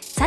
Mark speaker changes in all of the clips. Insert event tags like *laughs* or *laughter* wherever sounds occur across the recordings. Speaker 1: さ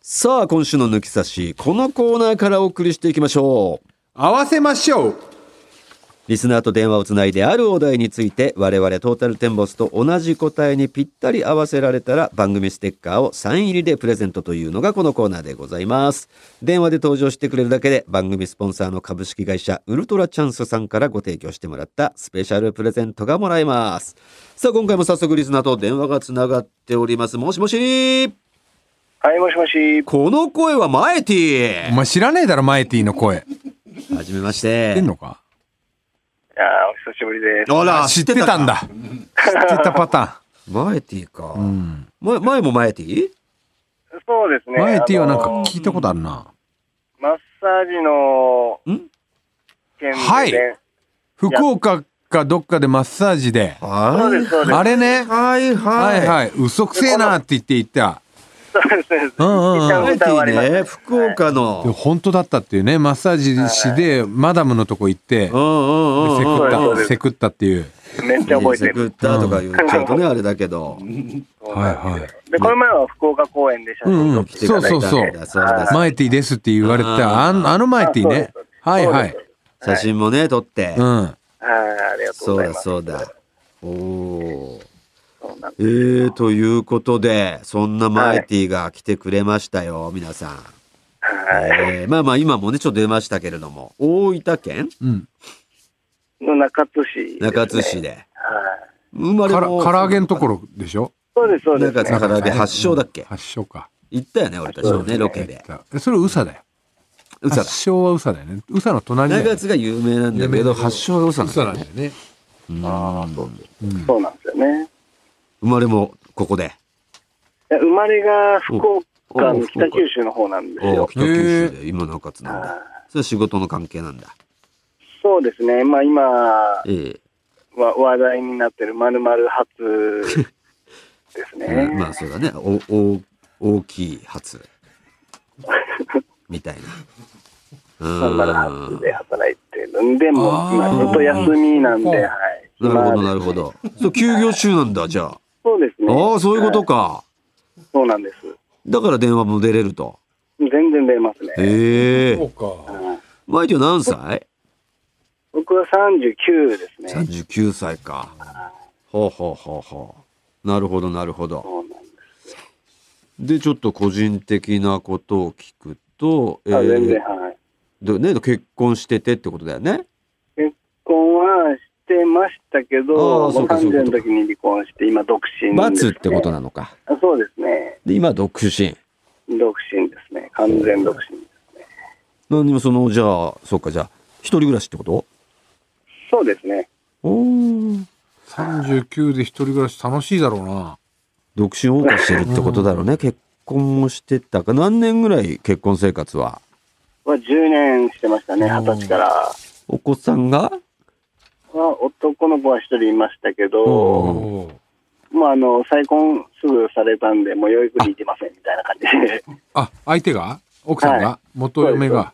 Speaker 2: さあ、今週の抜き差し、このコーナーからお送りしていきましょう。
Speaker 3: 合わせましょう
Speaker 2: リスナーと電話をつないであるお題について我々トータルテンボスと同じ答えにぴったり合わせられたら番組ステッカーをサイン入りでプレゼントというのがこのコーナーでございます電話で登場してくれるだけで番組スポンサーの株式会社ウルトラチャンスさんからご提供してもらったスペシャルプレゼントがもらえますさあ今回も早速リスナーと電話がつながっておりますもしもし
Speaker 4: はい、もしもし。
Speaker 2: この声はマエテ
Speaker 3: お
Speaker 2: ィ
Speaker 3: 前知らねえだろマエティの声
Speaker 2: はじめまし
Speaker 3: 出
Speaker 2: て
Speaker 3: んのか
Speaker 4: ああ、お久しぶりです。
Speaker 2: あ
Speaker 3: あ
Speaker 2: ら
Speaker 3: 知ってたんだ知ってたパタ
Speaker 2: マエティか、
Speaker 3: ーンうん
Speaker 2: ま前もマエティ
Speaker 4: そうですね。
Speaker 3: マエティはなんか
Speaker 4: あの
Speaker 3: 聞いたことあるな
Speaker 4: マッサージの
Speaker 2: ん
Speaker 4: 件で、
Speaker 3: はい福岡かどっかでマッサージで
Speaker 2: は
Speaker 4: そう
Speaker 2: い
Speaker 4: です、そうです。
Speaker 3: あれね
Speaker 2: はいは。
Speaker 3: はいいはい嘘くせえなって言って言った
Speaker 4: そうです、そうです。
Speaker 3: うんうんうん
Speaker 2: マエ
Speaker 4: 一
Speaker 2: ティ
Speaker 4: 旦歌りました
Speaker 2: ね、福岡の。
Speaker 3: で
Speaker 2: うん
Speaker 3: 本当だったっていうねマッサージ師でマダムのとこ行ってセク
Speaker 2: うんうんうん。
Speaker 4: そう
Speaker 3: った
Speaker 4: です
Speaker 3: セクったっていう
Speaker 4: めっちゃ覚えて
Speaker 2: セ
Speaker 4: る。
Speaker 2: クターとか言っちゃうとね、あれだけど。
Speaker 3: は
Speaker 4: そうないんです
Speaker 3: はい
Speaker 4: で、この前は福岡公演で写
Speaker 3: うんう
Speaker 4: 真撮っ
Speaker 3: ん
Speaker 4: て、
Speaker 3: そうそうそう
Speaker 2: だそうです
Speaker 3: マエティですって言われてたあのあのマエティねはいはい
Speaker 2: 写真もね、撮って
Speaker 3: う。ん
Speaker 4: はい、ありがとう
Speaker 2: そ
Speaker 4: ご
Speaker 2: う
Speaker 4: ざい
Speaker 2: だ
Speaker 4: ます。
Speaker 2: そうだ。おおー。
Speaker 4: そうなんです
Speaker 2: えー、ということで、そんなマエティが来てくれましたよ、皆さん。えーまあまあ、今もね、ちょっと出ましたけれども、大分県
Speaker 3: うん
Speaker 4: の中津市ですね、
Speaker 2: 中津市
Speaker 4: はい。
Speaker 2: で。生まれ
Speaker 3: から
Speaker 2: も。
Speaker 3: 唐揚げのところでしょ
Speaker 4: そうです、そうです、
Speaker 2: 中津
Speaker 4: ね。
Speaker 2: 唐揚げ発祥だっけ
Speaker 3: 発祥か
Speaker 2: 行ったよね、俺たちのね、ロケで。
Speaker 3: えそれ宇佐だよ
Speaker 2: うさだ
Speaker 3: 発。祥は宇佐だよね宇佐の隣だよね
Speaker 2: 長津が有名なんだけ
Speaker 3: 有名
Speaker 2: ど
Speaker 3: だけど
Speaker 2: 発祥は良さなん
Speaker 3: 嘘
Speaker 2: だよ
Speaker 3: なん
Speaker 2: ね
Speaker 3: だよね。
Speaker 4: そうなんですよね。
Speaker 2: 生まれもここで
Speaker 4: いや生まれが福岡
Speaker 2: おお
Speaker 4: の北九州の方なんです
Speaker 2: お
Speaker 4: よ。
Speaker 2: 北九州で今中津なん
Speaker 4: は
Speaker 2: だそれは仕事の関係なんだ
Speaker 4: そうですね。まあ今は
Speaker 2: え
Speaker 4: 話題になってるまるまる初です
Speaker 2: え
Speaker 4: ね。
Speaker 2: *laughs* まあそうだねおお大きい初みたいな
Speaker 4: まるまる
Speaker 2: う
Speaker 4: 初
Speaker 2: ん
Speaker 4: で働いてるんで、もう
Speaker 3: あー
Speaker 4: 今ずっと休みなんで、はい。
Speaker 2: なるほど
Speaker 4: ま
Speaker 2: な
Speaker 4: あ
Speaker 2: るほどそう休業中なんだじゃあ
Speaker 4: そうですね。
Speaker 2: ああそういうこと
Speaker 4: は
Speaker 2: か
Speaker 4: い。そうなんです。
Speaker 2: だから電話も出れると
Speaker 4: 全然出ますね。
Speaker 2: ええ
Speaker 3: か。
Speaker 2: マイティは何歳
Speaker 4: 僕は39ですね。
Speaker 2: ?39 歳かほうほうほうほうなるほどなるほど
Speaker 4: そうなんです。
Speaker 2: でちょっと個人的なことを聞くと、え
Speaker 4: あ全然、
Speaker 2: ー
Speaker 4: はい。
Speaker 2: でね、結婚しててってことだよね。
Speaker 4: 結婚はしてましたけ
Speaker 2: あ
Speaker 4: ど、
Speaker 2: ーそうか
Speaker 4: もう
Speaker 2: そういう
Speaker 4: 30
Speaker 2: こと
Speaker 4: の時に離婚して、今独身です、
Speaker 2: 罰
Speaker 4: ね。
Speaker 2: ってことなのか。
Speaker 4: あそうですね。
Speaker 2: で今独身。
Speaker 4: 独身ですね。完全独身。
Speaker 2: 何にもそのじゃあそうかじゃあ一人暮らしってこと？
Speaker 4: そうですね。
Speaker 2: おお。
Speaker 3: 三十九で一人暮らし楽しいだろうな。
Speaker 2: 独身謳歌してるってことだろうね。結婚もしてたか何年ぐらい結婚生活は。
Speaker 4: は10年してましたね、二十歳から。
Speaker 2: お子さんが？
Speaker 4: は男の子は一人いましたけ
Speaker 2: お
Speaker 4: ど、
Speaker 2: ー
Speaker 3: お。
Speaker 4: もうあの、再婚すぐされたんで、もう養育に行きませんみたいな感
Speaker 2: *laughs*
Speaker 4: じで。
Speaker 3: あ、相手が奥さん
Speaker 4: は
Speaker 3: が元嫁が。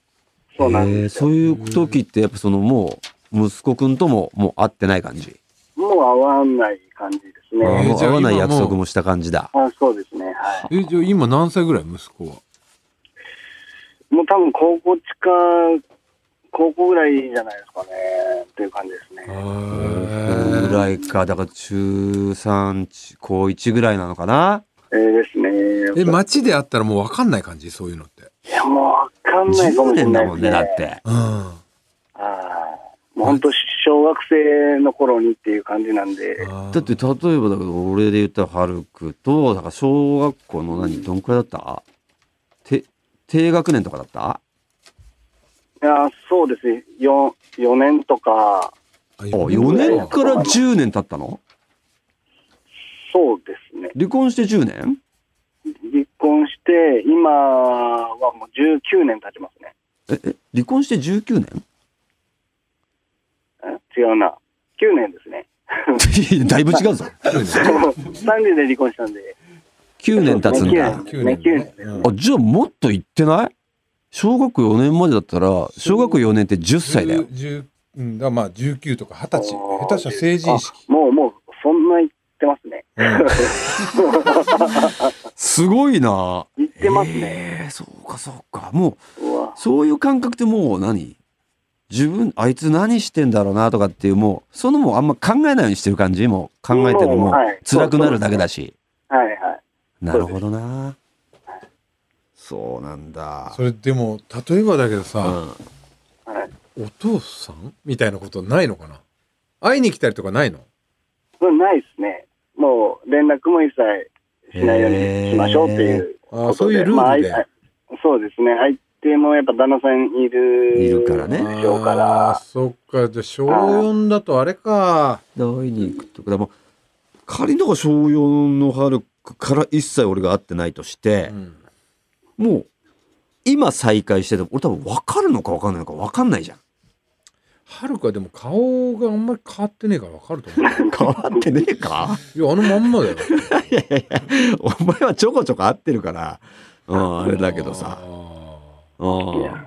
Speaker 4: そうなん
Speaker 2: えー
Speaker 4: です。
Speaker 2: そういう時ってやっぱそのもう息子くんとももう会ってない感じ。
Speaker 4: もう会わない感じです
Speaker 2: あー
Speaker 4: ね。
Speaker 2: もう
Speaker 3: じ
Speaker 2: 会
Speaker 3: ゃあ
Speaker 2: わない
Speaker 3: 今も
Speaker 2: 約
Speaker 3: う
Speaker 2: 束もした感じだ。
Speaker 4: あそうですね。は
Speaker 3: え、じゃあ今何歳ぐらい息子は。
Speaker 4: い。もう多分高校近、高校ぐらいじゃないですかね。っていう感じですね。
Speaker 2: ぐらいかだから中3高1ぐらいなのかな
Speaker 4: えー、ですね。
Speaker 3: え、街で会ったらもうわかんない感じそういうのって。
Speaker 4: いや、もうわかかんないか
Speaker 2: 10
Speaker 4: もしれ
Speaker 2: 年
Speaker 4: な
Speaker 2: だ
Speaker 4: い
Speaker 2: もん
Speaker 4: で
Speaker 2: ね、
Speaker 4: す
Speaker 2: だっ
Speaker 4: ね。
Speaker 2: て。
Speaker 5: うん。
Speaker 4: あーもう本当、小学生の頃にっていう感じなんで、
Speaker 2: だって、例えばだけど、俺で言ったら、ハルクと、だから、小学校の何、どんくらいだったて、低学年とかだった
Speaker 4: いやそうですね4、4年とか、
Speaker 5: あ
Speaker 2: あ、4年から10年経ったの
Speaker 4: そうですね、
Speaker 2: 離婚して10年
Speaker 4: 離婚して、今はもう19年経ちますね。
Speaker 2: え、え、離婚して19年 *laughs*
Speaker 4: え違うな、9年ですね。 *laughs*
Speaker 2: いやだいぶ違うぞ。
Speaker 4: 3人で離婚したんで、
Speaker 2: 9年経つんだ。
Speaker 4: 9年ですね、9年です
Speaker 2: あ、じゃあもっと行ってない小学4年までだったら、小学4年って10歳だよ。
Speaker 6: 10うん、だからまあ19とか20歳。下手したら成人式。
Speaker 4: もう、もう、そんな言ってますね。
Speaker 2: すごいな
Speaker 4: 言ってますね。
Speaker 2: えーそうかそうか。もう、
Speaker 4: うわ
Speaker 2: そういう感覚ってもう何自分、あいつ何してんだろうなとかっていう、もう、そのもうあんま考えないようにしてる感じもう考えてももう
Speaker 4: はい
Speaker 2: 辛くなるだけだし。
Speaker 4: はいはい。
Speaker 2: なるほどなそうなんだ。
Speaker 6: それでも、例えばだけどさ、
Speaker 2: うん
Speaker 6: お父さんみたいなことないのかな会いに来たりとかないの
Speaker 4: それないですね。もう、連絡も一切しないようにしましょうっていう
Speaker 6: あ
Speaker 4: こ
Speaker 6: あ、そ
Speaker 4: と
Speaker 6: う
Speaker 4: で。
Speaker 6: いうルールで。
Speaker 4: まああいそうですね。相手もやっぱ旦那さんいる。
Speaker 2: いるからね
Speaker 4: でしょうか
Speaker 6: あー
Speaker 4: ら。
Speaker 6: そっか。じゃあ、小4だとあれか。
Speaker 2: で会いに行くとかもう仮にだから小4の春から一切俺が会ってないとして
Speaker 6: う、ん。
Speaker 2: もう今再会してても俺多分分かるのか分かんないのか分かんないじゃん
Speaker 6: はるかでも顔があんまり変わってねえから分かると *laughs* 思
Speaker 2: 変わってねえか
Speaker 6: う。いや、あのまんまだよ。
Speaker 2: いやいやいや *laughs* お前はちょこちょこ会ってるから、うん、あれだけど
Speaker 6: あ
Speaker 2: さ、
Speaker 6: ー。
Speaker 2: うん、
Speaker 4: い
Speaker 2: 分
Speaker 4: や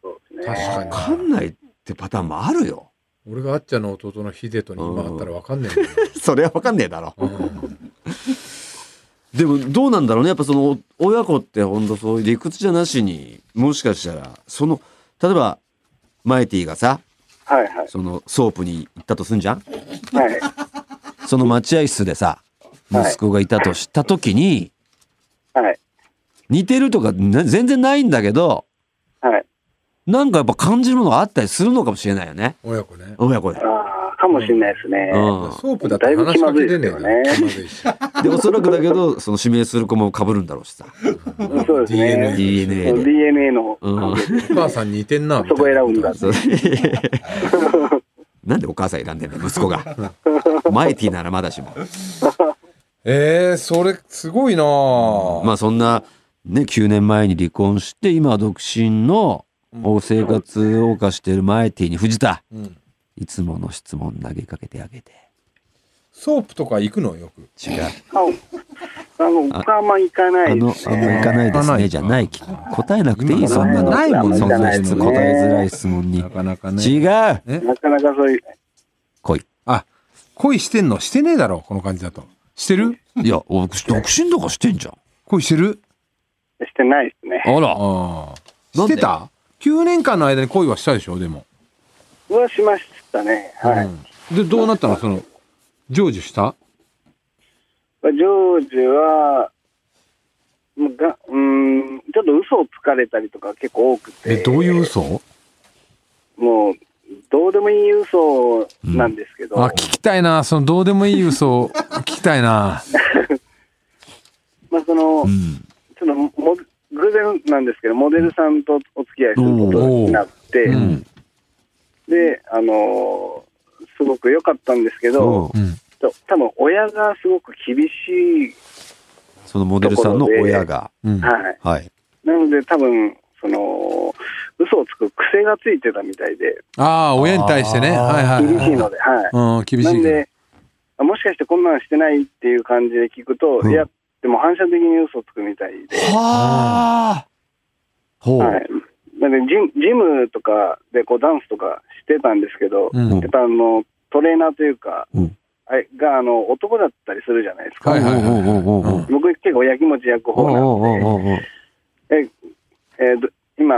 Speaker 4: そうですね。
Speaker 6: 確
Speaker 2: か
Speaker 6: かに。
Speaker 2: んないってパターンもあるよ
Speaker 6: 俺があっちゃんの弟の秀人に今会ったら分かんねえんだよ
Speaker 2: *laughs* それは分かんねえだろ
Speaker 6: な。うん
Speaker 2: でもどうなんだろうねやっぱそのお親子ってほんとそういう理屈じゃなしにもしかしたらその例えばマイティがさ
Speaker 4: はいはい。
Speaker 2: そのソープに行ったとすんじゃん
Speaker 4: はい。
Speaker 2: その待合室でさ
Speaker 4: はい
Speaker 2: 息子がいたとした時に
Speaker 4: はい。
Speaker 2: 似てるとかな全然ないんだけど
Speaker 4: はい。
Speaker 2: なんかやっぱ感じるものがあったりするのかもしれないよね
Speaker 6: 親子ね。
Speaker 2: 親子で。
Speaker 4: ああ、かもしれないですね。
Speaker 2: うん
Speaker 6: ソープだって話しかけてねえだろ
Speaker 4: だいぶ気
Speaker 6: 気
Speaker 4: ま
Speaker 6: まずいし。
Speaker 2: でおそらくだけどその指名する子も被るんだろうしさ
Speaker 4: そうですね。
Speaker 2: DNA で
Speaker 4: DNA の
Speaker 2: うん
Speaker 4: 関
Speaker 6: お
Speaker 4: 係で
Speaker 6: 母さん似てんな。みたいな
Speaker 4: そこ選ぶんだ
Speaker 2: そう *laughs* なんでお母さん選んでんだよ息子がマイティならまだしも
Speaker 6: えー、それすごいなあ
Speaker 2: まあそんなね9年前に離婚して今は独身の生活を謳歌しているマイティに藤田
Speaker 6: うん
Speaker 2: いつもの質問投げかけてあげて
Speaker 6: ソープとか行くのよく。
Speaker 2: 違う
Speaker 4: ああの、僕はあんま行かな
Speaker 2: あ
Speaker 4: いで
Speaker 2: の
Speaker 4: す
Speaker 2: あの行
Speaker 4: ね。
Speaker 2: かないです
Speaker 6: 行かな
Speaker 2: ね
Speaker 6: い
Speaker 2: じゃないき答えなくていいそんなの
Speaker 4: ないもんね
Speaker 2: そんな質
Speaker 4: 行
Speaker 2: 答
Speaker 4: かないもんね
Speaker 2: えづらい質問に違
Speaker 6: なかなかね。
Speaker 2: う
Speaker 4: なかなかそういう、
Speaker 2: 来い
Speaker 6: あ、恋してんのしてねえだろ、この感じだと。してる
Speaker 2: いやお独身とかしてんじゃん
Speaker 6: 恋してる
Speaker 4: してないですね。
Speaker 2: あら
Speaker 6: ああ。
Speaker 2: なん
Speaker 6: し
Speaker 2: で
Speaker 6: てた ?9 年間の間に恋はしたでしょ、でも。
Speaker 4: はしましたね。はい。
Speaker 6: うんで、どうなったのその、成就した
Speaker 4: ジョージは、もうがうーん、ちょっと嘘をつかれたりとか結構多くて。
Speaker 6: え、どういう嘘
Speaker 4: もう、どうでもいい嘘なんですけど、
Speaker 6: あ、聞きたいな。その、どうでもいい嘘を聞きたいな。
Speaker 4: まあその、
Speaker 2: ん
Speaker 4: ちょっとも、偶然なんですけど、モデルさんとお付き合いすることになって、
Speaker 6: ん
Speaker 4: で、あのーすごく良かったんですけど、
Speaker 2: そ
Speaker 6: うん。
Speaker 4: と多分親がすごく厳しい、
Speaker 2: のモデルさんの親が
Speaker 6: うん。
Speaker 4: はい。
Speaker 2: はい
Speaker 4: なので多分、その、嘘をつく癖がついてたみたいで、
Speaker 6: ああ、親に対してね。はいはいはい
Speaker 4: 厳
Speaker 6: は
Speaker 4: しいので、はい。
Speaker 6: うん、厳しい
Speaker 4: なん
Speaker 6: から。
Speaker 4: で、あもしかしてこんなんしてないっていう感じで聞くと、いや、でも反射的に嘘をつくみたいで、
Speaker 2: はあほう
Speaker 4: はい。なんでジ、ジムとかでこうダンスとかしてたんですけど、
Speaker 6: うん
Speaker 4: やっぱあの、トレーナーというか、
Speaker 2: うん
Speaker 4: あれがあの男だったりするじゃないですか。
Speaker 6: はいはいはい
Speaker 2: おうおうおうおう
Speaker 4: 僕結構やきもち焼く方な
Speaker 2: おうおうお
Speaker 4: の
Speaker 2: うおう
Speaker 4: で、ええーど今、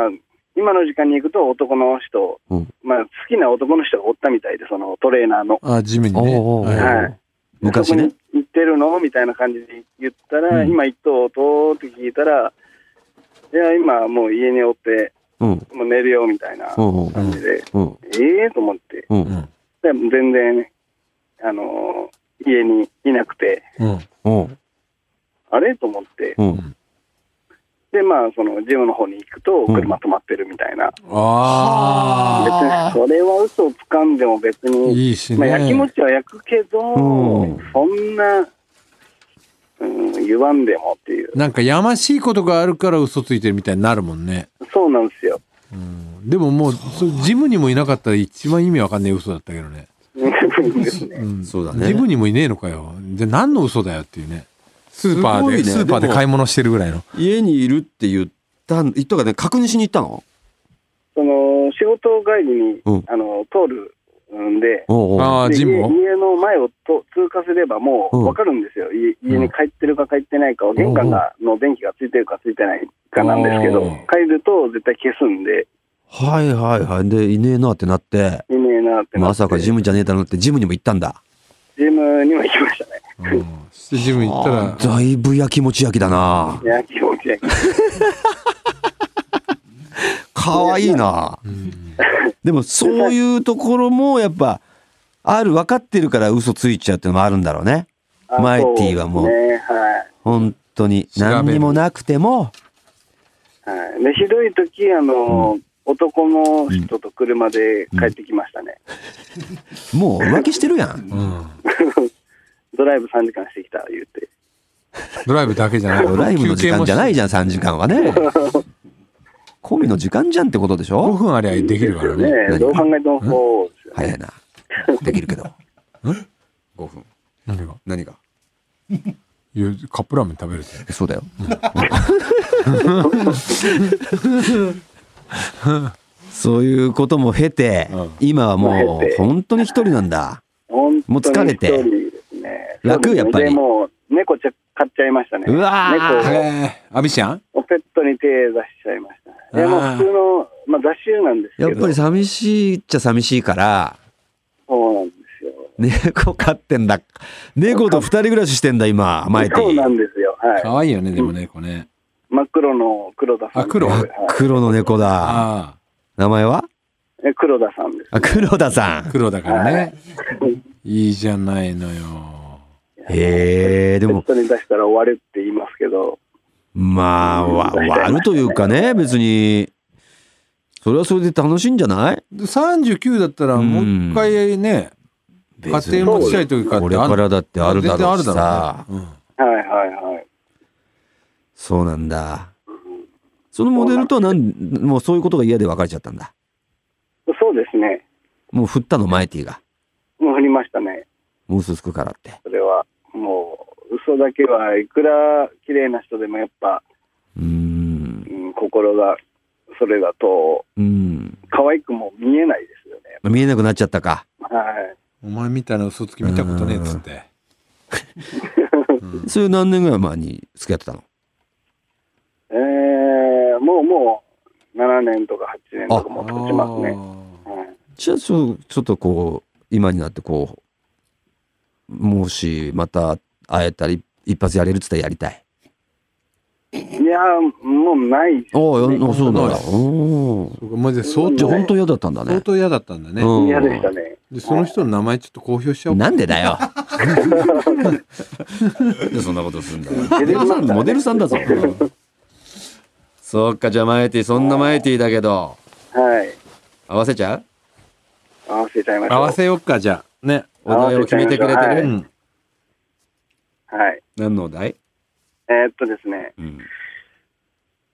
Speaker 4: 今の時間に行くと男の人、
Speaker 2: うん
Speaker 4: まあ好きな男の人がおったみたいで、そのトレーナーの。
Speaker 6: あ、ジムに
Speaker 2: お
Speaker 6: ね。
Speaker 2: うおうおう
Speaker 6: はい
Speaker 4: はい
Speaker 2: 昔ね
Speaker 4: そこに行ってるのみたいな感じで言ったら、
Speaker 2: うん
Speaker 4: 今行っとうとって聞いたら、いや、今もう家におって、
Speaker 2: うん。
Speaker 4: もう寝るよみたいな
Speaker 2: うん。うん。
Speaker 4: 感じで、
Speaker 2: うん。
Speaker 4: ええと思って、
Speaker 2: う。
Speaker 6: うんん
Speaker 4: でも全然、あのー家にいなくて、
Speaker 6: うん
Speaker 2: うん。
Speaker 4: あれと思って、
Speaker 2: うん。
Speaker 4: で、まあ、そのジムの方に行くと、
Speaker 2: ん
Speaker 4: 車止まってるみたいな、
Speaker 6: あ
Speaker 4: 別にそれは嘘をつかんでも別
Speaker 6: あ
Speaker 4: に、
Speaker 6: いいしね、
Speaker 4: まあ、やきもちは焼くけど、
Speaker 2: うん
Speaker 4: そんな、うん、言わんでもっていう、
Speaker 6: なんかやましいことがあるから嘘ついてるみたいになるもんね
Speaker 4: そうなんで
Speaker 2: *laughs*
Speaker 4: すよ。
Speaker 6: でももうそジムにもいなかったら一番意味わかんない嘘だったけどね
Speaker 4: ですね
Speaker 2: そうだね。
Speaker 6: ジムにもいねえのかよで何の嘘だよっていうねスーパーで、
Speaker 2: すごいね
Speaker 6: スーパーで買い物してるぐらいの
Speaker 2: 家にいるって言ったん、言ったかね、確認しに行ったの
Speaker 4: その仕事帰りに、
Speaker 2: うん
Speaker 4: あの通るんで
Speaker 2: おうおう
Speaker 6: ああ
Speaker 4: で
Speaker 6: ジ
Speaker 4: 家
Speaker 6: ムを
Speaker 4: 家の前をと通過すればもう
Speaker 2: うん
Speaker 4: 分かるんですよ、家家に帰ってるか帰ってないかを玄関がの電気がついてるかついてないかなんですけど
Speaker 6: うん
Speaker 4: 帰ると絶対消すんで
Speaker 2: はいはいはい。で、いねえなってなって、
Speaker 4: いねえなってなって
Speaker 2: まさかジムじゃねえだろうって、ジムにも行ったんだ。
Speaker 4: ジムにも行きました
Speaker 6: う
Speaker 4: ね。
Speaker 6: んそしてジム行ったら
Speaker 2: だいぶやきもち焼きだない
Speaker 4: や気
Speaker 2: *laughs*
Speaker 4: 持ちいい
Speaker 2: かわいいな。でも、そういうところも、やっぱ、ある、分かってるから嘘ついちゃうってのもあるんだろうね。
Speaker 4: あ
Speaker 2: マイティはもう
Speaker 4: そですねはい
Speaker 2: 本当に。
Speaker 6: べる
Speaker 2: 何にもなくても、
Speaker 4: はい、でひどい時あの、男の人と車で帰ってきましたね、
Speaker 2: もう浮気してるやん。
Speaker 6: うん
Speaker 4: ドライブ3時間してきた言って
Speaker 6: ドライブだけじゃない
Speaker 2: ライブの時間じゃない
Speaker 6: じ
Speaker 2: じ
Speaker 4: *laughs*
Speaker 2: ゃん、3時間はね。込みの時間じゃんってことでし
Speaker 6: ゃ5
Speaker 2: ょ
Speaker 6: 分ありゃできるからね
Speaker 4: ね
Speaker 2: 何
Speaker 4: どう考えてもそうですよね、
Speaker 2: 早いな。できるけど。5分。
Speaker 6: 何が
Speaker 2: 何が
Speaker 6: いやカップラーメン食べるって
Speaker 2: そうだよ。そういうことも経て、今はも
Speaker 4: 経
Speaker 2: う
Speaker 4: て
Speaker 2: 本当に一人なんだ。
Speaker 4: 本当に
Speaker 2: もう疲れて
Speaker 4: 一人ですね
Speaker 2: 楽
Speaker 4: そうで
Speaker 2: や
Speaker 4: すね
Speaker 2: っぱり
Speaker 4: でもう猫ちゃ買っちゃいましたね。
Speaker 2: うわー
Speaker 4: 猫
Speaker 6: えー、アビシャン
Speaker 4: をペットに手出しちゃいましたね。でもう
Speaker 6: あー
Speaker 4: 普通の、まあ、雑種なんですけ
Speaker 2: や
Speaker 4: ど。
Speaker 2: っぱり寂しいっちゃ寂しいから、
Speaker 4: そうなんですよ。
Speaker 2: 猫飼ってんだ。猫と二人暮らししてんだ、今、マイテ
Speaker 4: そうな
Speaker 2: ィ。
Speaker 4: んですよ。はい。
Speaker 6: 可愛いよねでもねこれね
Speaker 4: 真っ黒の黒田さん。
Speaker 6: あ黒
Speaker 4: はい、
Speaker 2: 黒の猫だ。
Speaker 6: あ
Speaker 2: 名前は
Speaker 4: え黒田さんです。
Speaker 2: あ黒田さ
Speaker 6: あ
Speaker 2: ん。
Speaker 6: 黒だからねいいじゃないのよ
Speaker 2: へえ、で
Speaker 4: ペッ
Speaker 2: も、
Speaker 4: トに出したら終わるって言いますけど、
Speaker 2: まあ、わ割るというかね、別に、それはそれで楽しいんじゃない
Speaker 6: で39だったらもう一回ね、家庭持ちたい時かって
Speaker 2: これからだってあるだろ
Speaker 6: 全
Speaker 2: うし
Speaker 6: 然あ
Speaker 2: さ
Speaker 6: るだ。ろうね
Speaker 4: はいはいはい。
Speaker 2: そうなんだ。そのモデルとはなん、もうそういうことが嫌で別れちゃったんだ。
Speaker 4: そうですね。
Speaker 2: もう振ったの、マイティが。
Speaker 4: もう降りましたね。
Speaker 2: もう嘘つくからって。
Speaker 4: それは。もう、嘘だけはいくら綺麗な人でもやっぱ、
Speaker 2: うーん。
Speaker 4: うん、心が、それだと、
Speaker 2: うん。
Speaker 4: 可愛くも見えないですよね。
Speaker 2: 見えなくなっちゃったか。
Speaker 4: はい。
Speaker 6: うんお前みたいな嘘つき見たことねえっつって
Speaker 2: それ何年ぐらい前に付き合ってたの
Speaker 4: えー、もうもう7年とか8年とかも経ちますね。はい
Speaker 2: じゃあちょちょっとこう今になってこうもしまた会えたり一発やれるっつったらやりたい。
Speaker 4: いやー、もうないですね。
Speaker 2: おお、やそうなん
Speaker 6: な
Speaker 2: だ。
Speaker 6: いです
Speaker 2: おー
Speaker 6: そうかマジで相
Speaker 2: じゃあ
Speaker 6: 当
Speaker 2: 本当嫌だったんだ
Speaker 6: 相
Speaker 2: ね。
Speaker 6: 当嫌だったんだね、
Speaker 2: うん
Speaker 4: 嫌でしたね。
Speaker 6: でその人の名前ちょっと公表しちゃおう
Speaker 2: なんでだ *laughs* よ。なんでそんなことするんだよ。モデルさんモデルさんだぞ。そうかじゃあマエティそんなマエティだけど
Speaker 4: はい。
Speaker 2: 合わせちゃう
Speaker 4: 合わせちゃいましょう。
Speaker 6: 合わせよっかじゃあね
Speaker 2: お題を決めてくれて
Speaker 4: 合わせちゃ
Speaker 2: る、
Speaker 4: いましょうは
Speaker 6: う
Speaker 4: い
Speaker 6: ん
Speaker 4: はい。
Speaker 2: 何のお題、
Speaker 4: えーっとですね、
Speaker 2: うん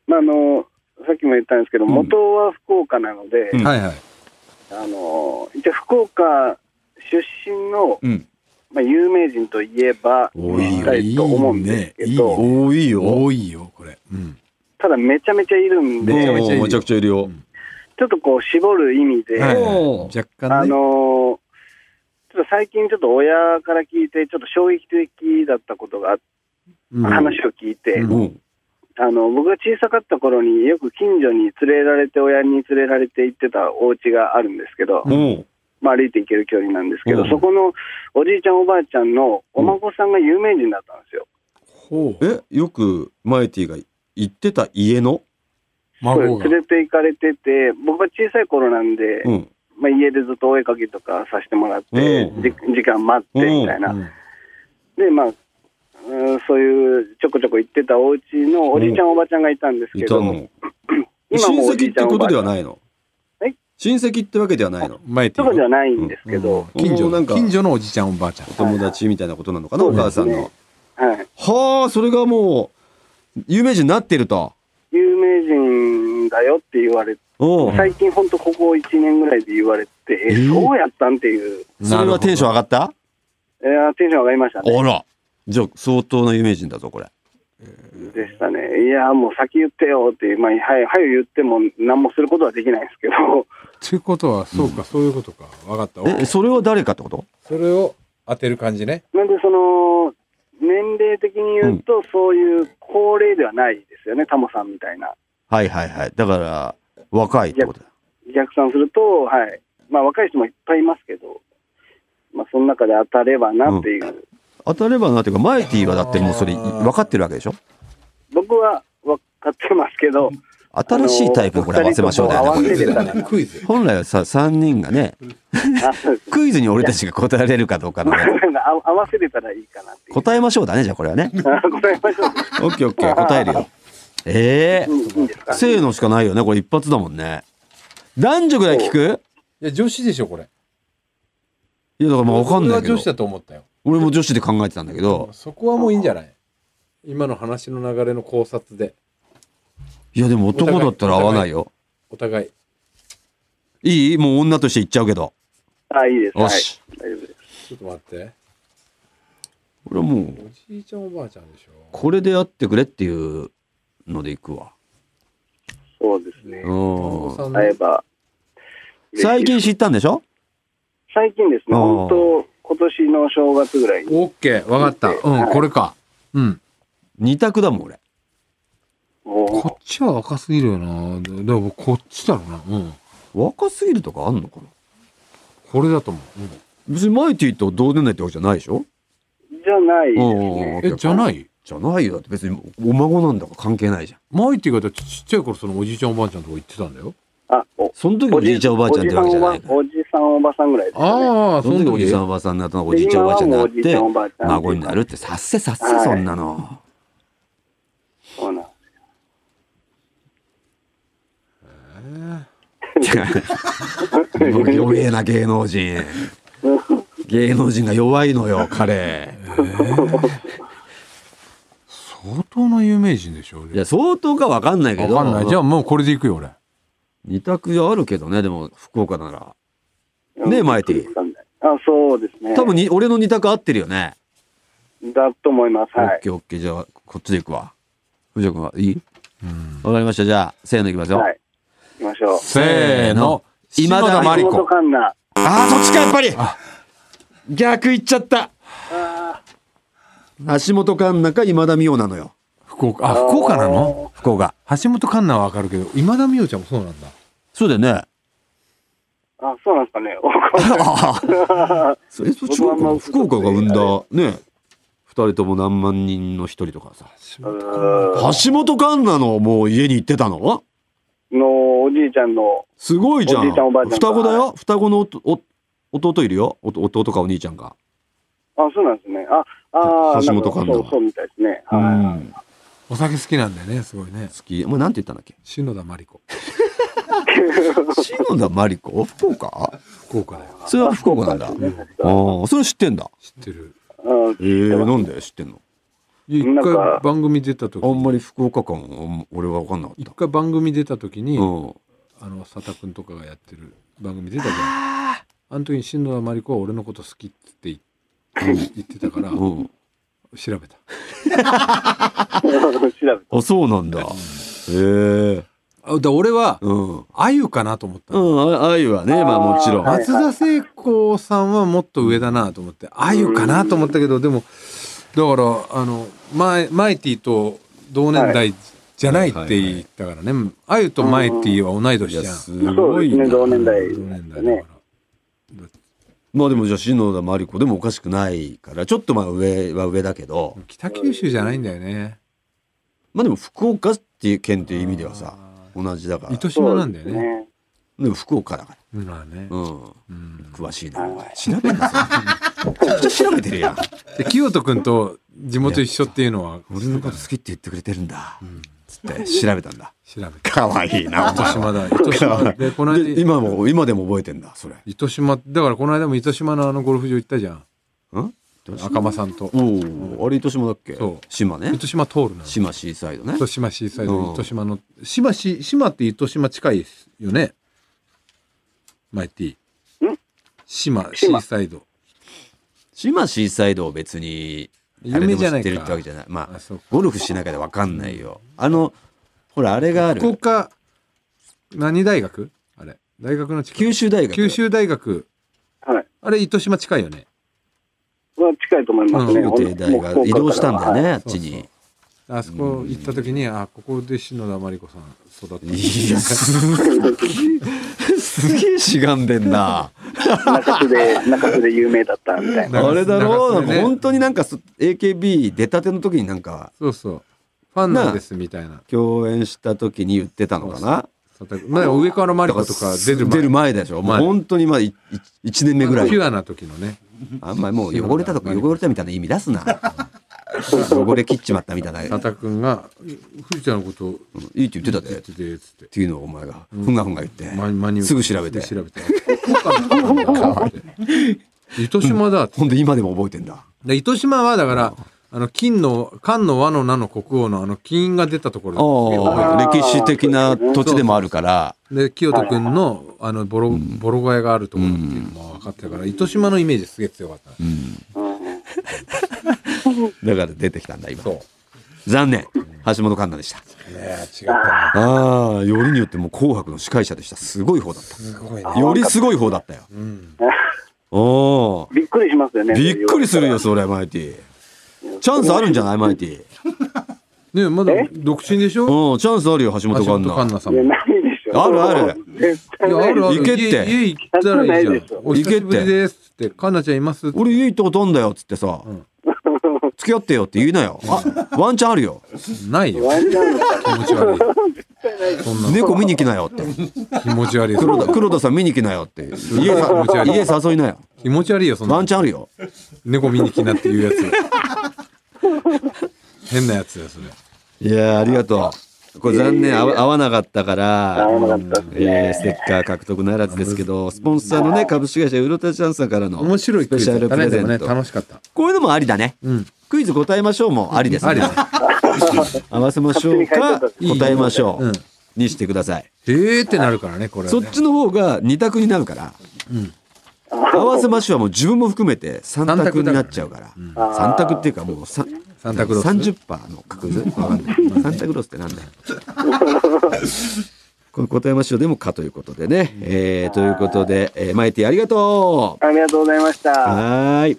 Speaker 4: まあ、あの、さっきも言ったんですけど、元は福岡なので、
Speaker 2: うん
Speaker 6: はいはい
Speaker 4: あの、一応福岡出身の、
Speaker 2: うん
Speaker 4: まあ、有名人といえば、
Speaker 2: おいいよ
Speaker 4: 言いたいと思うんですけ
Speaker 6: いい
Speaker 4: ど、
Speaker 6: ね
Speaker 2: おーいい
Speaker 6: 多いよこれ、うん、
Speaker 4: ただめちゃめちゃいるんで、
Speaker 6: めちゃめちゃいるよ
Speaker 2: おーめちゃくちゃいるよ。
Speaker 4: ちょっとこう絞る意味で、
Speaker 6: はい
Speaker 2: おー
Speaker 6: 若
Speaker 4: あ
Speaker 6: 干ね
Speaker 4: のーちょっと最近ちょっと親から聞いて、ちょっと衝撃的だったことがあっ、
Speaker 6: うん
Speaker 4: 話を聞いて、
Speaker 2: うん
Speaker 4: あの、僕が小さかった頃によく近所に連れられて、親に連れられて行ってたお家があるんですけど、
Speaker 2: うん
Speaker 4: まあ歩いて行ける距離なんですけど、
Speaker 2: うん
Speaker 4: そこのおじいちゃんおばあちゃんのお孫さんが有名人だったんですよ。
Speaker 6: ほう
Speaker 2: えよくマイティが言ってた家の
Speaker 4: そう
Speaker 6: 孫が
Speaker 4: 連れて行かれてて、僕は小さい頃なんで、
Speaker 7: うん
Speaker 4: まあ、家でずっとお絵かきとかさせてもらって、
Speaker 7: うん
Speaker 4: じ時間待ってみたいな、
Speaker 6: うんうん
Speaker 4: でまあうんそういうちょこちょこ行ってたお家のおじいちゃん、おばちゃんがいたんです
Speaker 7: い
Speaker 4: け
Speaker 7: た
Speaker 4: ど、
Speaker 7: の
Speaker 4: 今
Speaker 7: 親
Speaker 4: もうおじ
Speaker 7: 戚っ
Speaker 4: いちゃ
Speaker 7: て
Speaker 4: ん
Speaker 7: ことでは
Speaker 4: おばあちゃん
Speaker 7: ないの
Speaker 4: え
Speaker 7: 親戚ってわけではないの
Speaker 6: マイテ
Speaker 4: と
Speaker 6: ィ
Speaker 4: かで
Speaker 6: の
Speaker 4: はないんですけど、
Speaker 6: 近
Speaker 7: も
Speaker 6: 所
Speaker 7: うなんか
Speaker 6: 近所のおじちゃんおばあちゃん
Speaker 7: お友達みたいなことなのかな、
Speaker 4: はい
Speaker 7: お母さん
Speaker 4: そう
Speaker 7: の
Speaker 4: で。はい、
Speaker 7: はあ、それがもう、有名人になってると。
Speaker 4: 有名人だよって言われて、
Speaker 7: おう
Speaker 4: 最近本当ここ1年ぐらいで言われて、え
Speaker 7: ー
Speaker 4: そうやったんっていう、
Speaker 7: それはテンション上がった
Speaker 4: えーテンション上がりましたね。
Speaker 7: あら。じゃあ、相当な有名人だぞ、これ。
Speaker 4: でしたね。いや、もう先言ってよっていう、まあ、はい、はい、言っても何もすることはできないんですけど、 *laughs*
Speaker 6: っていうことはそうか、そういうことか分かった
Speaker 7: え、それは誰かってこと
Speaker 6: それを当てる感じね
Speaker 4: なんでその、年齢的に言うと、そういう高齢ではないですよね、タモさんみたいな。
Speaker 7: はいはいはい。だから、若いってことだ。
Speaker 4: 逆算すると、はい。まあ、若い人もいっぱいいますけど、まあ、その中で当たればなっていう、
Speaker 7: 当たればなっていうか、マイティはだってもうそれ、
Speaker 6: あー
Speaker 7: 分かってるわけでしょ
Speaker 4: 僕は分かってますけ *laughs* ど、
Speaker 7: 新しいタイプをこれ合わせましょうだよ
Speaker 4: あのー合わ
Speaker 7: ねこれ
Speaker 4: せてたね
Speaker 6: クイズ
Speaker 7: 本来はさ、3人がね、
Speaker 4: あそうです
Speaker 7: クイズに俺たちが答えれるかどうかのね、
Speaker 4: なんか合合わせれたらいいかなっていう。
Speaker 7: 答えましょうだね、じゃあこれ
Speaker 6: *laughs*
Speaker 7: はね。
Speaker 4: あ答えましょう。
Speaker 7: オッケーオッケー、答えるよ。ええ
Speaker 4: いいいいんですか
Speaker 7: せーのしかないよね、これ一発だもんね。男女ぐらい聞く
Speaker 6: いや女子でしょこれ
Speaker 7: いや、だからまあわかんないけ
Speaker 6: 俺は女子
Speaker 7: ど。
Speaker 6: だと思ったよ
Speaker 7: 俺も女子で考えてたんだけど、
Speaker 6: そこはもういいんじゃない今の話の流れの考察で
Speaker 7: いやでも男だったら合わないよ。
Speaker 6: お互い
Speaker 7: いいもう女として言っちゃうけど。
Speaker 4: あ、いいです。
Speaker 7: よ
Speaker 4: はい。
Speaker 7: し。
Speaker 4: 大丈夫です。
Speaker 6: ちょっと待って
Speaker 7: 俺はもう、
Speaker 6: おじいちゃんおばあちゃんでしょ
Speaker 7: これでやってくれっていうのでいくわ。
Speaker 4: そうですね。
Speaker 7: うん。
Speaker 6: ん
Speaker 4: 会えば。
Speaker 7: 最近知ったんでしょ
Speaker 4: 最近ですね、
Speaker 7: あー
Speaker 4: 本当、今年の正月ぐらいに、
Speaker 6: オッケー分かったうんこれかうん
Speaker 7: 二択だもん俺。
Speaker 4: もう
Speaker 6: こっちは若すぎるよなででもこっちだろうなうん
Speaker 7: 若すぎるとかあんのかな
Speaker 6: これだと思う、
Speaker 7: 別にマイティと同年代ってわけじゃないでしょ
Speaker 4: じゃないです
Speaker 7: うん。
Speaker 4: ね。
Speaker 6: えじゃないい
Speaker 7: じゃないよ。だって別にお孫なんだから関係ないじゃん。
Speaker 6: マイティがだってちっちゃい頃そのおじいちゃんおばあちゃんとか行ってたんだよ
Speaker 4: あ、お
Speaker 7: その時おじいちゃんおばあちゃんってわけじゃないから。
Speaker 4: *laughs* おじさんおばおじさんおばさんぐらいですね。
Speaker 6: ああ
Speaker 7: そ
Speaker 6: その
Speaker 7: の時
Speaker 6: 時
Speaker 7: おじさんおばさんになったのがおじいちゃんおばあちゃんになっ
Speaker 4: で今はもうおじいちゃんおばあ
Speaker 7: て
Speaker 4: ちゃん
Speaker 7: 孫になるってさっせさっせ
Speaker 4: はい
Speaker 7: そんなの。
Speaker 4: そうなんです *laughs*
Speaker 7: 弱えな芸能人。芸能人が弱いのよ彼。
Speaker 6: 相当な有名人でしょ
Speaker 7: いや相当かわかんないけ
Speaker 6: わ
Speaker 7: ど。
Speaker 6: かんないじゃあもうこれでいくよ俺
Speaker 7: 二択あるけどねでも福岡なら。ねえマイティ。
Speaker 4: あ、そうですね。
Speaker 7: 多分に俺の二択合ってるよね。
Speaker 4: だと思います。
Speaker 7: オ
Speaker 4: は
Speaker 7: ッ
Speaker 4: い。
Speaker 7: ケーオッケーじゃあこっちでいくわ。藤田君はいい？わかりましたじゃあせーのいきますよ。
Speaker 4: はい。行きましょう。
Speaker 6: せーの
Speaker 7: 今田マリ
Speaker 4: 松本
Speaker 7: コ。
Speaker 4: 環奈。
Speaker 7: ああそっちかやっぱり。逆行っちゃった。橋本環奈か今田美桜なのよ。
Speaker 6: 福岡あ福岡なの
Speaker 7: 福岡。
Speaker 6: 橋本環奈はわかるけど今田美桜ちゃんもそうなんだ
Speaker 7: そうだよね。
Speaker 4: あ、そうなんですかね。わかんない
Speaker 7: ああ。
Speaker 4: *laughs*
Speaker 7: それそう
Speaker 4: 僕はあんま
Speaker 7: 福岡が生んだね。二人とも何万人の一人とかさ。 *laughs* 橋本環奈のもう家に行ってたの？
Speaker 4: のおじいちゃんの、
Speaker 7: すごいじゃ
Speaker 4: おじ
Speaker 7: ん。
Speaker 4: いちゃんおばあちゃんが
Speaker 7: 双子だよ。双子のおとお弟いるよ。おと弟かお兄ちゃんか。
Speaker 4: あ、そうなんですね。あ、あー、
Speaker 7: 橋
Speaker 4: なん
Speaker 7: 本
Speaker 4: か
Speaker 7: 環奈
Speaker 4: そ
Speaker 7: は
Speaker 4: う、そうみたいですね。
Speaker 7: う
Speaker 4: は
Speaker 7: ん。
Speaker 6: お酒好きなんだよねすごいね？
Speaker 7: 好き。お前なんて言ったんだっけ
Speaker 6: 篠田麻里子
Speaker 7: 篠田麻里子？福岡？
Speaker 6: 福岡だよ
Speaker 7: それは福岡なんだ。
Speaker 4: *laughs*
Speaker 7: ああー、それ知ってんだ。
Speaker 6: 知ってる
Speaker 4: い。うん
Speaker 7: ええなんで知ってんの？
Speaker 6: 一
Speaker 4: なんか
Speaker 6: 回番組出た時
Speaker 7: あんまり福岡感は俺は分かんなかっ
Speaker 6: 一
Speaker 7: た。
Speaker 6: 回番組出た時に
Speaker 7: うん。
Speaker 6: あの佐田君とかがやってる番組出たじゃんあの時に篠田麻里子は俺のこと好きって言って言ってたから
Speaker 7: うん。
Speaker 6: 調べた
Speaker 4: 調べて。
Speaker 7: あ、そうなんだ。へえ。
Speaker 6: あだから俺は
Speaker 7: うん。
Speaker 6: あゆかなと思った
Speaker 7: う
Speaker 6: の
Speaker 7: ん、あ愛はね、まあもちろん。
Speaker 4: あーはい
Speaker 6: 松田聖子さんはもっと上だなと思って、あゆかなと思ったけど、でも、だから、あの、マイマイティと同年代じゃないって言ったからね、あゆとマイティは同い年
Speaker 7: い
Speaker 6: じゃ
Speaker 7: や、
Speaker 6: ん。
Speaker 7: す
Speaker 4: そ
Speaker 7: ご
Speaker 4: うで
Speaker 7: い
Speaker 4: す
Speaker 7: な
Speaker 4: ね、。同年代で
Speaker 6: 同
Speaker 4: す
Speaker 6: 年代だ
Speaker 4: ね
Speaker 6: か。
Speaker 7: まあでもじゃあ篠田麻里子でもおかしくないから、ちょっとまあ上は上だけど
Speaker 6: ら。、北九州じゃないんだよね。
Speaker 7: まあでも福岡っていう県っていう意味ではさ、同じだから。
Speaker 6: 糸
Speaker 4: そ
Speaker 6: 島な
Speaker 4: うんで
Speaker 6: だ
Speaker 4: す
Speaker 6: よね。
Speaker 4: ね。
Speaker 7: でも福岡だから。
Speaker 6: まあね。
Speaker 7: うん。
Speaker 6: うん。
Speaker 7: 詳しいな。お前調べんなさ *laughs* い。めちゃくちゃ調べてるやん。
Speaker 6: で、清人君と地元一緒っていうのは、
Speaker 7: 俺のこと好きって言ってくれてるんだ。つって調べたんだ。
Speaker 6: 調べて。
Speaker 7: 可愛いな、お
Speaker 6: 糸
Speaker 7: 前
Speaker 6: 島だ。糸島。で、この間、
Speaker 7: で今も、今でも覚えてんだ、それ。
Speaker 6: 糸島、だからこの間も糸島のあのゴルフ場行ったじゃん。
Speaker 7: ん
Speaker 6: 赤間さんと。
Speaker 7: おお、あれ糸島だっけ
Speaker 6: そう
Speaker 7: 島ね。
Speaker 6: 糸島通るな。
Speaker 7: 島シーサイドね。
Speaker 6: 糸島シーサイ
Speaker 7: うん
Speaker 6: ド、糸島の。島し、島って糸島近いですよね。マイティ。島、シーサイド。
Speaker 7: 島シーサイドを別に、あれで
Speaker 6: 夢じ
Speaker 7: も知
Speaker 6: ゃな
Speaker 7: っ
Speaker 6: い
Speaker 7: てるってわ
Speaker 6: か
Speaker 7: けじ。ゃない。まあ
Speaker 6: あそうか、
Speaker 7: ゴルフしなきゃわかんないよ。あの、ほら、あれがある
Speaker 6: 福。岡、何大学あれ。大学の近く
Speaker 7: 九州大学。
Speaker 6: 九州大学。
Speaker 4: はい。
Speaker 6: あれ、糸島近いよね。
Speaker 4: は近いと思いますね。
Speaker 6: うん
Speaker 4: ほん
Speaker 7: 大
Speaker 4: ともう
Speaker 7: が移
Speaker 4: 福
Speaker 7: 動
Speaker 4: 岡
Speaker 7: し
Speaker 4: か
Speaker 7: た
Speaker 4: ら
Speaker 7: んだよね、
Speaker 4: はい
Speaker 7: あっちに。
Speaker 6: あそこ行った時に、あ、ここで篠田麻里子さん育った。
Speaker 7: いや、すげえ、すげえしがんでんな。
Speaker 4: 中洲で、中洲で有名だったみたいな。
Speaker 6: *laughs* 長
Speaker 7: あれだろ
Speaker 6: 長
Speaker 7: う、なん
Speaker 6: 袖
Speaker 7: か
Speaker 6: ね
Speaker 7: 本当になんかそ AKB 出たての時になんか
Speaker 6: *laughs* そうそう。ファンなんですみたいな。
Speaker 7: 共演した時に言ってたのかな。
Speaker 6: まあ、上からマリコとか出る前
Speaker 7: 出る前でしょ。もう
Speaker 6: 前
Speaker 7: 本当にまあ1年目ぐらい
Speaker 6: ピ。ュアな時のね。
Speaker 7: あんまりもう汚れたとか汚れたみたいな意味出すな。汚れ切っちまったみたいな。いい
Speaker 6: タタ君が、藤田のこと
Speaker 7: って言ってたで。っ
Speaker 6: 言ってて、つって。
Speaker 7: ていうのをお前がふんがふんが言って、
Speaker 6: ま真に受け
Speaker 7: すぐ調べて
Speaker 6: すぐ調べて。福岡の人なんだって糸島だっ
Speaker 7: ほんで今でも覚えてんだ
Speaker 6: で糸島はだから、あの、金の、漢の和の名の国王のあの、金が出たとこ
Speaker 7: あ
Speaker 6: ろ
Speaker 7: あ歴史的な土地でもあるから
Speaker 6: で、清人君の、あの、ボロ、ボロ替えがあるところっていうのも分かってたから、糸島のイメージすげえ強かった。
Speaker 7: だから出てきたんだ今
Speaker 6: そう。
Speaker 7: 残念橋本環奈でした
Speaker 6: ねえ違ったな。
Speaker 7: ああよりによってもう「紅白」の司会者でしたすごい方だった
Speaker 6: すごいね。
Speaker 7: よりすごい方だったよ。おおー。
Speaker 4: びっくりしますよね。
Speaker 7: びっくりするよ、それ、マイティ。チャンスあるんじゃないマイティ。
Speaker 6: ねえまだ独身でしょ
Speaker 7: うん、チャンスあるよ、橋
Speaker 6: 橋
Speaker 7: 本
Speaker 6: 本環
Speaker 7: 環
Speaker 6: 奈
Speaker 7: 奈。
Speaker 6: さん
Speaker 4: いや、
Speaker 6: も。
Speaker 4: ないでしょ。
Speaker 7: あるある。
Speaker 4: 絶対
Speaker 6: いや、
Speaker 4: な
Speaker 6: あ
Speaker 4: い
Speaker 6: るある。
Speaker 7: 行けって
Speaker 6: 家家行ったらいいじゃ
Speaker 4: 行けっ
Speaker 6: ん。
Speaker 4: て
Speaker 6: お久しぶりですって、かなちゃんいます
Speaker 7: 俺、家行ったことあんだよ、つってさ。付き合ってよって言いなよ。あ、ワンチャンあるよ。
Speaker 6: ないよ。
Speaker 4: ワンちゃん
Speaker 6: 気持ち悪い。そんな
Speaker 7: 猫見に来なよって。
Speaker 6: 気持ち悪い。
Speaker 7: 黒田、黒田さん見に来なよって。家
Speaker 6: 気持ち
Speaker 7: さ、
Speaker 6: 悪い
Speaker 7: 家誘いなよ。
Speaker 6: 気持ち悪いよ、そん
Speaker 7: ワ
Speaker 6: な
Speaker 7: ン。チャンあるよ。
Speaker 6: 猫見に来なっていうやつ。変なやつだよ、それ。
Speaker 7: いやーありがとう。これ残念、合わ合わなかったから。
Speaker 4: 合わなかったですね
Speaker 7: えーステッカー獲得ならずですけど、スポンサーのね、株式会社ウロタチャンさんからの。
Speaker 6: 面白い
Speaker 7: スペ
Speaker 6: クイ
Speaker 7: シャ
Speaker 6: ズだ
Speaker 7: ル
Speaker 6: った
Speaker 7: プ
Speaker 6: ね。
Speaker 7: レゼ
Speaker 6: で
Speaker 7: ン
Speaker 6: もね、
Speaker 7: ト。
Speaker 6: 楽しかった。
Speaker 7: こういうのもありだね。
Speaker 6: うん。
Speaker 7: クイズ答えましょうもありです
Speaker 6: あり
Speaker 7: ね
Speaker 6: だ。ね。
Speaker 7: 合わせましょうか、
Speaker 4: 勝手
Speaker 6: に変えちゃった
Speaker 7: 答えましょ
Speaker 6: うん
Speaker 7: うにしてください。
Speaker 6: えーってなるからね、これは
Speaker 7: そ
Speaker 6: ね。
Speaker 7: っちの方が二択になるから。合わせましょうはもう自分も含めて三択になっちゃうから。三択っていうかもうさ
Speaker 6: サンタクロース
Speaker 7: 30パーの確率わかんない。サンタクロースってなんだよ。これ答えましょうでもかということでね。えーということで、えーマイティありがとう
Speaker 4: ありがとうございました。
Speaker 7: はーい。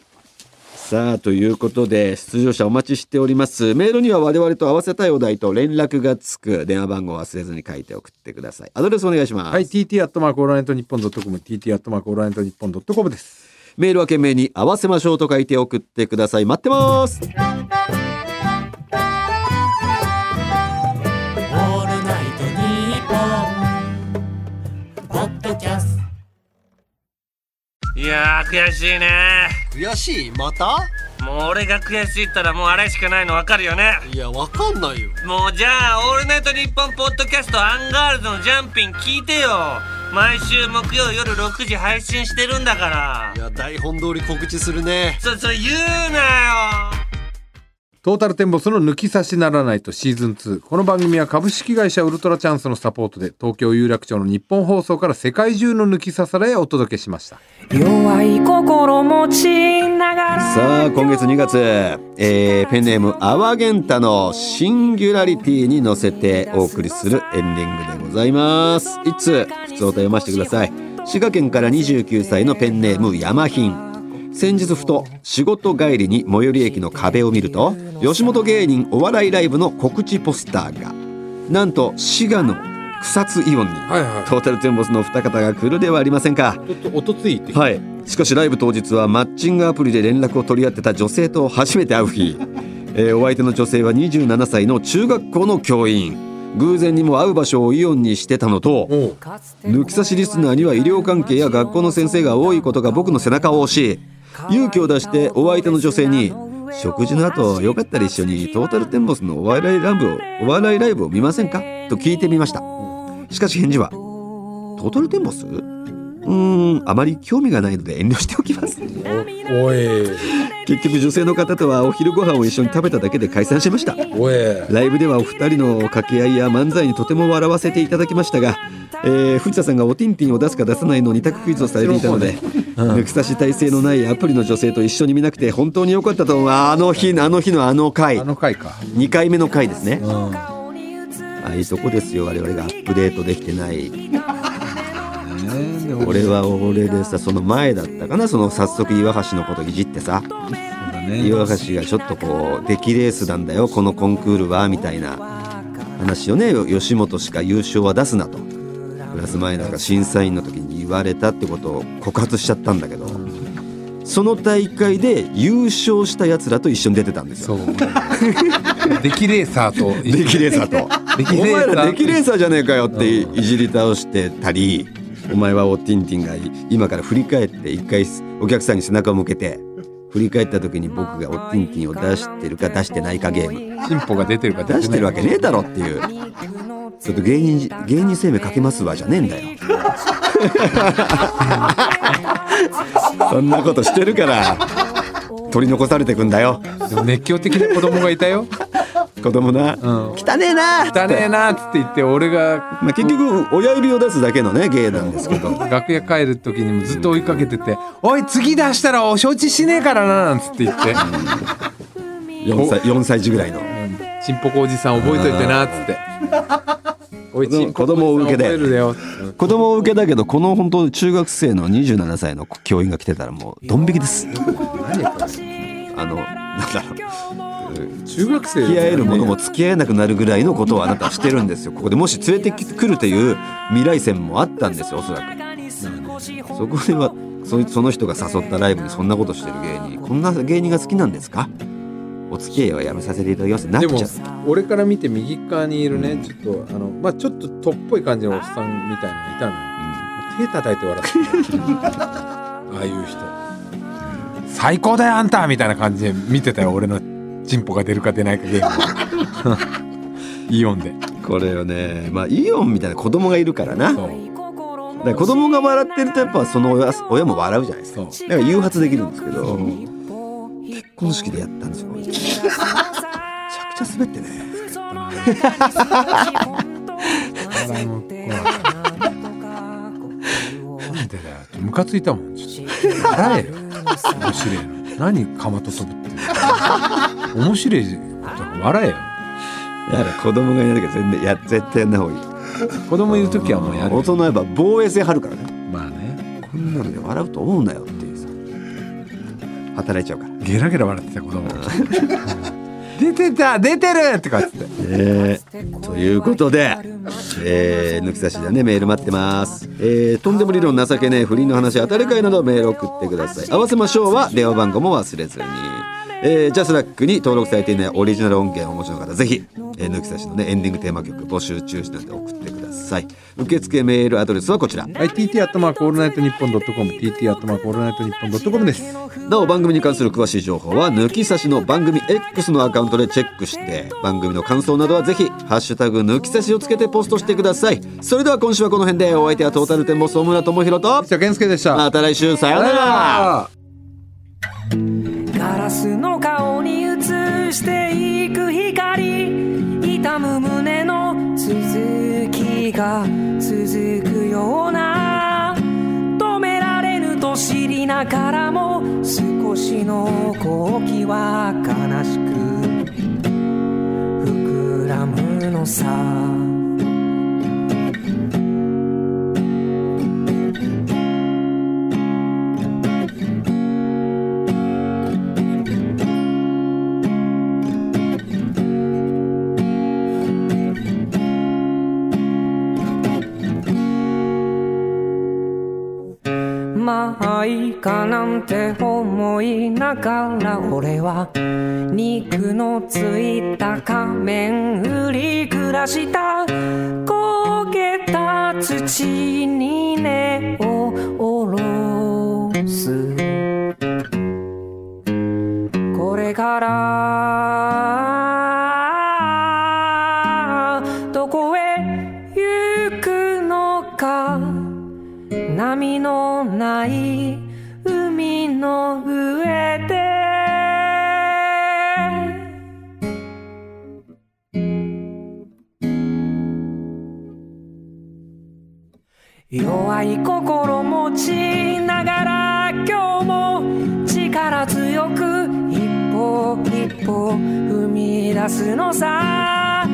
Speaker 7: さあ、ということで、出場者お待ちしております。メールには我々と合わせたいお題と連絡がつく電話番号を忘れずに書いて送ってください。アドレスお願いします。
Speaker 6: はい、tt アットマークオールナイトニッポンドットコム、tt アットマークオールナイトニッポンドットコムです。
Speaker 7: メールは懸命に合わせましょうと書いて送ってください。待ってます。
Speaker 8: いやー悔しいね
Speaker 9: 悔しいまた
Speaker 8: もう俺が悔しいったらもうあれしかないの分かるよね
Speaker 9: いやわかんないよ
Speaker 8: もうじゃあ「オールナイトニッポン」ポッドキャストアンガールズのジャンピン聞いてよ毎週木曜夜6時配信してるんだから
Speaker 9: いや台本通り告知するね
Speaker 8: そそ言うなよ
Speaker 6: トータルテンボスの抜き差しならないとシーズン2。この番組は株式会社ウルトラチャンスのサポートで、東京有楽町の日本放送から世界中の抜き差されへお届けしました。
Speaker 10: 弱い心持ちながら
Speaker 7: さあ、今月2月、えーペンネーム、アワゲンタのシンギュラリティに乗せてお送りするエンディングでございます。いつ、普通を読ませてください。滋賀県から29歳のペンネーム、山ン先日ふと仕事帰りに最寄り駅の壁を見ると、吉本芸人お笑いライブの告知ポスターが、なんと滋賀の草津イオンに、
Speaker 6: はいは
Speaker 7: トータルテンボスのお二方が来るではありませんか。
Speaker 6: い。おとついって
Speaker 7: はい。しかしライブ当日はマッチングアプリで連絡を取り合ってた女性と初めて会う日。えーお相手の女性は27歳の中学校の教員。偶然にも会う場所をイオンにしてたのと抜き差しリスナーには医療関係や学校の先生が多いことが僕の背中を押し勇気を出してお相手の女性に食事の後よかったら一緒にトータルテンボスのお笑いライブをお笑いライブを見ませんかと聞いてみましたしかし返事は「トータルテンボス?」うーんあまり興味がないので遠慮しておきます
Speaker 6: おい
Speaker 7: 結局女性の方とはお昼ご飯を一緒に食べただけで解散しました
Speaker 6: おい
Speaker 7: ライブではお二人の掛け合いや漫才にとても笑わせていただきましたが、えー藤田さんがおティンティンを出すか出さないの二択クイズをされていたので、抜き差し体制のないアプリの女性と一緒に見なくて本当に良かったと思うあの日のあの日のあの回
Speaker 6: あの回か
Speaker 7: 2回目の回ですね、
Speaker 6: うん
Speaker 7: ああいうとこですよ我々がアップデートできてない
Speaker 6: ねでも
Speaker 7: 俺は俺でさその前だったかなその早速岩橋のこといじってさ
Speaker 6: そうだね
Speaker 7: 岩橋がちょっとこう出来レースなんだよこのコンクールはみたいな話をねよ吉本しか優勝は出すなとプラスマイナーが審査員の時に言われたってことを告発しちゃったんだけどその大会で優勝したやつらと一緒に出てたんです
Speaker 6: そ
Speaker 7: よ
Speaker 6: うデキレーサーと
Speaker 7: 出来レーサーと。
Speaker 6: デキ
Speaker 7: お
Speaker 6: レー
Speaker 7: 前
Speaker 6: サー
Speaker 7: らデキレーサーじゃねえかよっていじり倒してたり、お前はおティンティンが今から振り返って一回お客さんに背中を向けて振り返った時に僕がおティンティンを出してるか出してないかゲーム
Speaker 6: 進歩が出てるか
Speaker 7: 出してるわけねえだろっていうちょっと芸人芸人生命かけますわじゃねえんだよそんなことしてるから取り残されてくんだよ
Speaker 6: でも熱狂的な子供がいたよ
Speaker 7: 子供な、
Speaker 6: ん
Speaker 7: 汚ねえな
Speaker 6: 汚ねえなっつって言って俺が
Speaker 7: まあ、結局親指を出すだけのね芸なんですけど
Speaker 6: 楽屋帰る時にもずっと追いかけてて「おい次出したらお承知しねえからな」なんつって言って
Speaker 7: 4歳4歳児ぐらいの
Speaker 6: 「ちんぽこおじさん覚えといてな」っつって「おいちんぽこおじさん覚えるだよ」
Speaker 7: 子供受けだけどこの本当中学生の27歳の教員が来てたらもうドン引きですあのなんだろ
Speaker 6: 中学生
Speaker 7: う付き合えるものも付き合えなくなるぐらいのことをあなたはしてるんです *laughs* よここでもし連れてくるという未来線もあったんですよおそらくそこではそその人が誘ったライブにそんなことしてる芸人こんな芸人が好きなんですかお付き合いはやめさせていただきますってなっ
Speaker 6: で
Speaker 7: ち
Speaker 6: も
Speaker 7: ゃう
Speaker 6: 俺から見て右側にいるねちょっとあのまあちょっととっぽい感じのおっさんみたいなのいたのよ手叩いて笑ってたああいう人最高だよあんたみたいな感じで見てたよ俺のチンポが出るか出ないかゲー *laughs* ムをイオンで
Speaker 7: これはねまあイオンみたいな子供がいるからなだ
Speaker 6: そう
Speaker 7: から子供が笑ってるとやっぱその親親も笑うじゃないですか
Speaker 6: そう
Speaker 7: だから誘発できるんですけど結婚式でやったんですよめちゃくちゃ滑ってね
Speaker 6: 笑いも来なかったなんでだよムカついたもんちょっと笑えよ面白いの何かまととぶってんの面白いこと笑えよ
Speaker 7: だから子供がいない時は全然や絶対やんな方がいい
Speaker 6: 子供いる時はもうやる
Speaker 7: 大人はやっぱ防衛性張るからね
Speaker 6: まあね
Speaker 7: こんなので笑うと思うなよっていうさ働いちゃうから
Speaker 6: ゲラゲラ笑ってた子供出てた出てるってかっつって
Speaker 7: えーということで、えー抜き差しだねメール待ってます、えーとんでも理論情けねえ不倫の話当たり会などメール送ってください合わせましょうは電話番号も忘れずに、えー、ジャスラックに登録されていないオリジナル音源をお持ちの方ぜひ、えー抜き差しのねエンディングテーマ曲募集中止なので送ってください受付メールアドレスはこちら
Speaker 6: はい TT アットマークオールナイトニッポンドットコム TT アットマークオールナイトニッポンドットコムです
Speaker 7: なお番組に関する詳しい情報は抜き差しの番組 X のアカウントでチェックして番組の感想などはぜひ「ハッシュタグ抜き差し」をつけてポストしてくださいそれでは今週はこの辺でお相手はトータルテンボス大村智広と
Speaker 6: じゃあ健介でした
Speaker 7: また来週さようなら
Speaker 10: ガラスの顔に映していく光痛む胸の続きが続くような止められぬと知りながらも少しの好奇は悲しく膨らむのさまあいいかなんて思いながら俺は肉のついた仮面売り暮らした焦げた土に根を下ろすこれからどこへ行くのか波のない海の上で弱い心持ちながら今日も力強く一歩一歩踏み出すのさ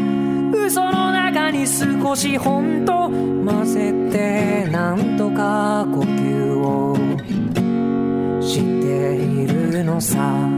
Speaker 10: 嘘の中に少し本当混ぜてなんとか呼吸をしているのさ